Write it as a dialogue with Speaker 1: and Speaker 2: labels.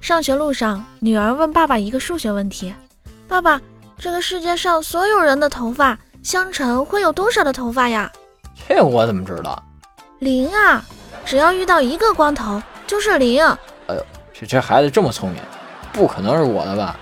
Speaker 1: 上学路上，女儿问爸爸一个数学问题：“爸爸，这个世界上所有人的头发相乘会有多少的头发呀
Speaker 2: 这我怎么知道？？”
Speaker 1: 零啊！只要遇到一个光头就是零。
Speaker 2: 这这孩子这么聪明，不可能是我的吧？